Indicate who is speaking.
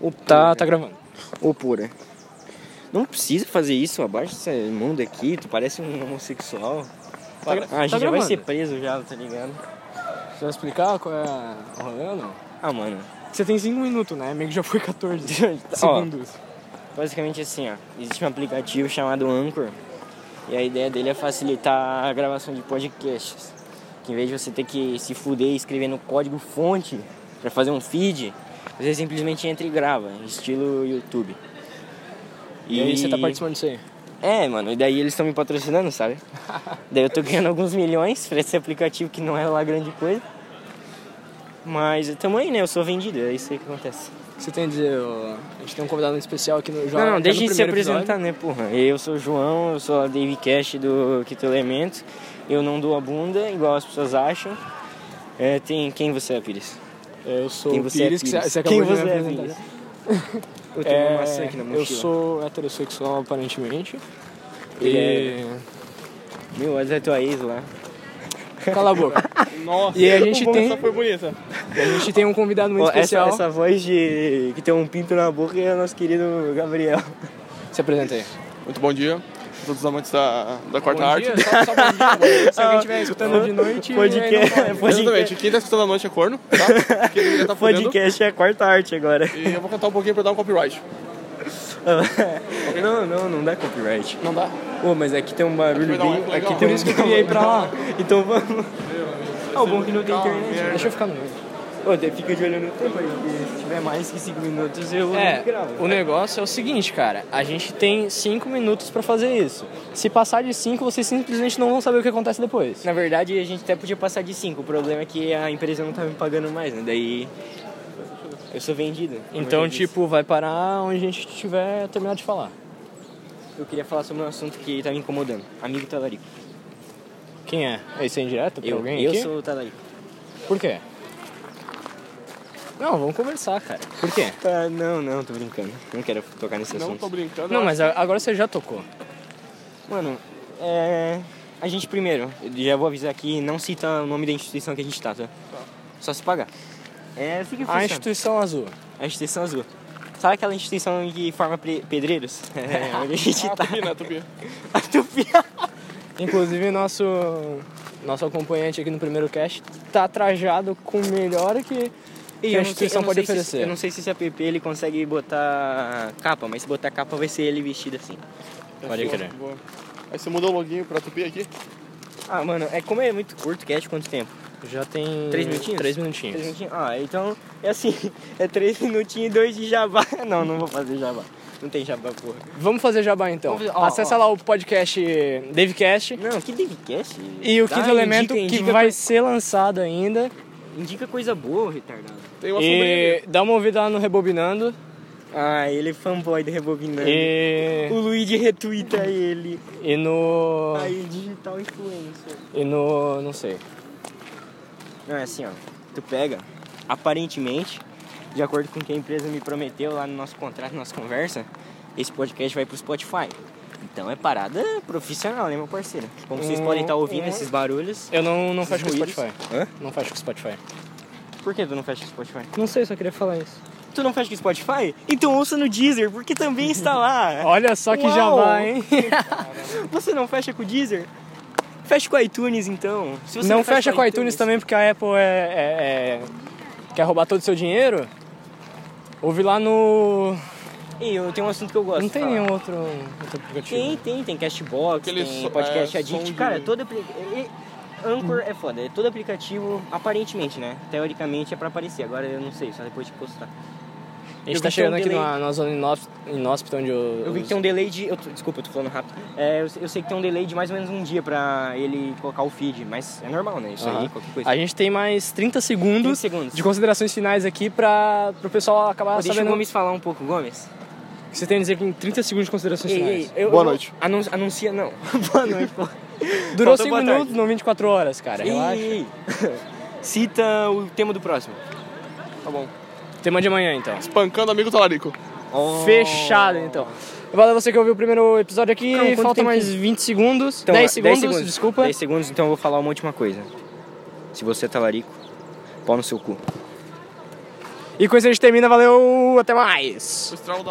Speaker 1: O tá, tá gravando.
Speaker 2: Ô, pura. Não precisa fazer isso, abaixa esse mundo aqui, tu parece um homossexual.
Speaker 1: Tá gra-
Speaker 2: Ah, a gente
Speaker 1: tá
Speaker 2: já vai
Speaker 1: gravando.
Speaker 2: ser preso já, tá ligado?
Speaker 1: Você vai explicar qual é a rolê ou não?
Speaker 2: Ah, mano.
Speaker 1: Você tem 5 minutos, né? Meio que já foi 14
Speaker 2: Ó.
Speaker 1: segundos.
Speaker 2: Basicamente assim, ó. Existe um aplicativo chamado Anchor. E a ideia dele é facilitar a gravação de podcasts. Que em vez de você ter que se fuder escrevendo código fonte pra fazer um feed, você simplesmente entra e grava, estilo YouTube.
Speaker 1: E... aí você tá participando disso aí?
Speaker 2: É, mano, e daí eles estão me patrocinando, sabe? daí eu tô ganhando alguns milhões pra esse aplicativo que não é lá grande coisa. Mas tamo aí, né? Eu sou vendido, é isso aí que acontece.
Speaker 1: Você tem a dizer, ó, a gente tem um convidado muito especial aqui no
Speaker 2: Não,
Speaker 1: Jornal.
Speaker 2: não, deixa de se apresentar, né, porra? Eu sou o João, eu sou a Dave Cash do Quito Elemento. Eu não dou a bunda, igual as pessoas acham. É, tem... Quem você é, Pires?
Speaker 1: Eu sou
Speaker 2: Quem
Speaker 1: o
Speaker 2: você é,
Speaker 1: Pires, que você
Speaker 2: Pires?
Speaker 1: você acabou
Speaker 2: Quem
Speaker 1: de
Speaker 2: você
Speaker 1: me
Speaker 2: é,
Speaker 1: apresentar.
Speaker 2: Pires? Eu tenho uma maçã
Speaker 1: É,
Speaker 2: aqui na mochila.
Speaker 1: eu sou heterossexual, aparentemente.
Speaker 2: Ele
Speaker 1: E...
Speaker 2: Meu, mas é tua ex lá. é-
Speaker 1: Cala a boca.
Speaker 3: Nossa,
Speaker 1: E a gente
Speaker 3: como
Speaker 1: tem-
Speaker 3: essa foi bonita.
Speaker 1: E a gente tem um convidado muito
Speaker 2: Ó, essa,
Speaker 1: especial.
Speaker 2: essa voz de... que tem um pinto na boca é o nosso querido Gabriel.
Speaker 1: Se apresenta aí.
Speaker 3: Muito bom dia a todos os amantes da, da quarta
Speaker 1: Bom
Speaker 3: arte.
Speaker 1: dia, só- só bom dia. Se
Speaker 2: Ah,
Speaker 1: alguém estiver escutando de noite, é aí não
Speaker 2: Podcast,
Speaker 1: pode.
Speaker 3: Exatamente, quem tá escutando a noite é corno, tá? Quem já tá fudendo.
Speaker 2: podcast é a quarta arte agora.
Speaker 3: E eu vou cantar um pouquinho pra dar um copyright.
Speaker 2: não, não, não dá copyright.
Speaker 3: Não dá?
Speaker 2: Pô, mas aqui tem um barulho
Speaker 3: Vai dar um
Speaker 2: bem.
Speaker 3: eco
Speaker 2: Aqui
Speaker 3: legal.
Speaker 2: tem
Speaker 1: Por
Speaker 2: um...
Speaker 1: isso que eu queria ir pra lá.
Speaker 2: Então vamos. Ah, o bom que não tem internet.
Speaker 1: Deixa eu ficar no meio.
Speaker 2: Ô, até fica de olho no tempo aí, porque se tiver mais que 5 minutos eu
Speaker 1: É,
Speaker 2: não gravo.
Speaker 1: o negócio é o seguinte, cara. A gente tem 5 minutos pra fazer isso. Se passar de 5, vocês simplesmente não vão saber o que acontece depois.
Speaker 2: Na verdade, a gente até podia passar de 5. O problema é que a empresa não tá me pagando mais, né? Daí. Eu sou vendido. como eu
Speaker 1: Então,
Speaker 2: já disse.
Speaker 1: tipo, vai parar onde a gente tiver terminado de falar.
Speaker 2: Eu queria falar sobre um assunto que tá me incomodando. Amigo talarico.
Speaker 1: Quem é? É isso é indireto pra
Speaker 2: Eu,
Speaker 1: alguém
Speaker 2: eu
Speaker 1: aqui?
Speaker 2: sou o talarico.
Speaker 1: Por quê? Não, vamos conversar, cara. Por quê?
Speaker 2: Ah, não, não, tô brincando. Não quero tocar nesse
Speaker 3: Não
Speaker 2: assunto.
Speaker 3: tô brincando. é
Speaker 1: Não, mas a- agora você já tocou.
Speaker 2: Mano, é. A gente primeiro, eu já vou avisar aqui, não cita o nome da instituição que a gente tá, tá? Só se pagar. É assim que
Speaker 1: A
Speaker 2: funciona.
Speaker 1: instituição azul.
Speaker 2: A instituição azul. Sabe aquela instituição que forma pre- pedreiros? É, onde a gente
Speaker 3: Ah,
Speaker 2: tá.
Speaker 3: tupi, né, tupi.
Speaker 2: A tupia.
Speaker 1: Inclusive, nosso, nosso acompanhante aqui no primeiro cast tá trajado com o melhor que, que a instituição pode
Speaker 2: eu
Speaker 1: oferecer.
Speaker 2: não sei se esse app ele consegue botar capa, mas se botar capa vai ser ele vestido assim.
Speaker 1: Pode crer.
Speaker 3: Boa. Aí você mudou o loginho pra tupi aqui?
Speaker 2: Ah, mano, é como é muito curto, cast, quanto tempo?
Speaker 1: Já tem.
Speaker 2: Três minutinhos?
Speaker 1: Três minutinhos.
Speaker 2: Três minutinhos? Ah, então é assim, é três minutinhos e dois de jabá. Não, não vou fazer jabá. Não tem jabá, porra.
Speaker 1: Vamos fazer jabá então.
Speaker 2: Vamos fazer- ó,
Speaker 1: Acessa
Speaker 2: ó.
Speaker 1: lá o podcast Davecast
Speaker 2: Não, que Davecast?
Speaker 1: e o
Speaker 2: Tá,
Speaker 1: quinto elemento
Speaker 2: indica-
Speaker 1: que
Speaker 2: indica
Speaker 1: vai ser lançado ainda.
Speaker 2: coi- Indica coisa boa, retardado.
Speaker 3: Tem uma sombrinha ali.
Speaker 1: E dá uma ouvida lá no Rebobinando.
Speaker 2: Ah, ele é fanboy do Rebobinando.
Speaker 1: E,
Speaker 2: O Luigi retuita ele.
Speaker 1: e no.
Speaker 2: Aí, digital influencer.
Speaker 1: E no. Não sei.
Speaker 2: Não, é assim, ó. Tu pega, aparentemente, de acordo com o que a empresa me prometeu lá no nosso contrato, nossa conversa, esse podcast vai pro Spotify. Então é parada profissional, né, meu parceiro? Como vocês
Speaker 1: Hum,
Speaker 2: podem estar ouvindo
Speaker 1: hum.
Speaker 2: esses barulhos.
Speaker 1: Eu não, não fecho com o
Speaker 2: ruídos.
Speaker 1: Spotify.
Speaker 2: Hã?
Speaker 1: Não fecho com o Spotify.
Speaker 2: Por que tu não fecha o Spotify?
Speaker 1: Não sei, só queria falar isso.
Speaker 2: Tu não fecha com o Spotify? Então ouça no Deezer, porque também está lá.
Speaker 1: Olha só que
Speaker 2: Uau!
Speaker 1: jabá, hein?
Speaker 2: Você não fecha com o Deezer? Fecha com o iTunes, então. Se você
Speaker 1: não fecha com a iTunes também, porque a Apple é, é- é- quer roubar todo o seu dinheiro. Ouve lá no.
Speaker 2: E eu tenho um assunto que eu gosto.
Speaker 1: Não
Speaker 2: de
Speaker 1: tem
Speaker 2: falar.
Speaker 1: nenhum outro, outro aplicativo.
Speaker 2: Tem, tem, tem Cashbox,
Speaker 3: Aquele
Speaker 2: tem
Speaker 3: so-
Speaker 2: Podcast
Speaker 3: é,
Speaker 2: Addict.
Speaker 3: som de-
Speaker 2: Cara, todo apli... e- Anchor é foda, é todo aplicativo, aparentemente, né? Teoricamente é pra aparecer, agora eu não sei, só depois de postar.
Speaker 1: A gente tá
Speaker 2: Eu vi que tem
Speaker 1: chegando
Speaker 2: um
Speaker 1: aqui
Speaker 2: delay.
Speaker 1: numa, numa zona inós- inóspita onde o.
Speaker 2: Eu vi que tem um delay de. eu tô- desculpa, eu tô falando rápido. É, eu, eu sei que tem um delay de mais ou menos um dia pra ele colocar o feed, mas é normal, né? Isso aí,
Speaker 1: Aham.
Speaker 2: qualquer coisa.
Speaker 1: A gente tem mais 30
Speaker 2: 30
Speaker 1: segundos
Speaker 2: segundos.
Speaker 1: de considerações finais aqui pra, pro pessoal acabar
Speaker 2: Pô, deixa o
Speaker 1: sabendo
Speaker 2: Gomes falar um pouco, Gomes.
Speaker 1: o que você tem a dizer em 30 segundos de considerações
Speaker 2: Ei,
Speaker 1: finais.
Speaker 2: ei, eu-
Speaker 3: Boa
Speaker 2: eu-
Speaker 3: noite.
Speaker 2: anun- anuncia, não. Boa noite, pô.
Speaker 1: Durou
Speaker 2: Faltou
Speaker 1: 5
Speaker 2: boa tarde.
Speaker 1: minutos, não 24 horas, cara. Relaxa.
Speaker 2: Ei, Cita o tema do próximo.
Speaker 3: Tá bom.
Speaker 1: Tema de amanhã, então.
Speaker 3: Pancando amigo talarico.
Speaker 2: Oh.
Speaker 1: Fechado, então. Valeu você que ouviu o primeiro episódio aqui.
Speaker 2: Não, quanto
Speaker 1: Falta
Speaker 2: tempo?
Speaker 1: mais 20 segundos.
Speaker 2: Então,
Speaker 1: 10,
Speaker 2: ó,
Speaker 1: segundos, desculpa.
Speaker 2: 10 segundos, então eu vou falar uma tá última coisa. Se você é talarico, pau no seu cu.
Speaker 1: E com isso a gente termina. Valeu, até mais!
Speaker 3: O estralo da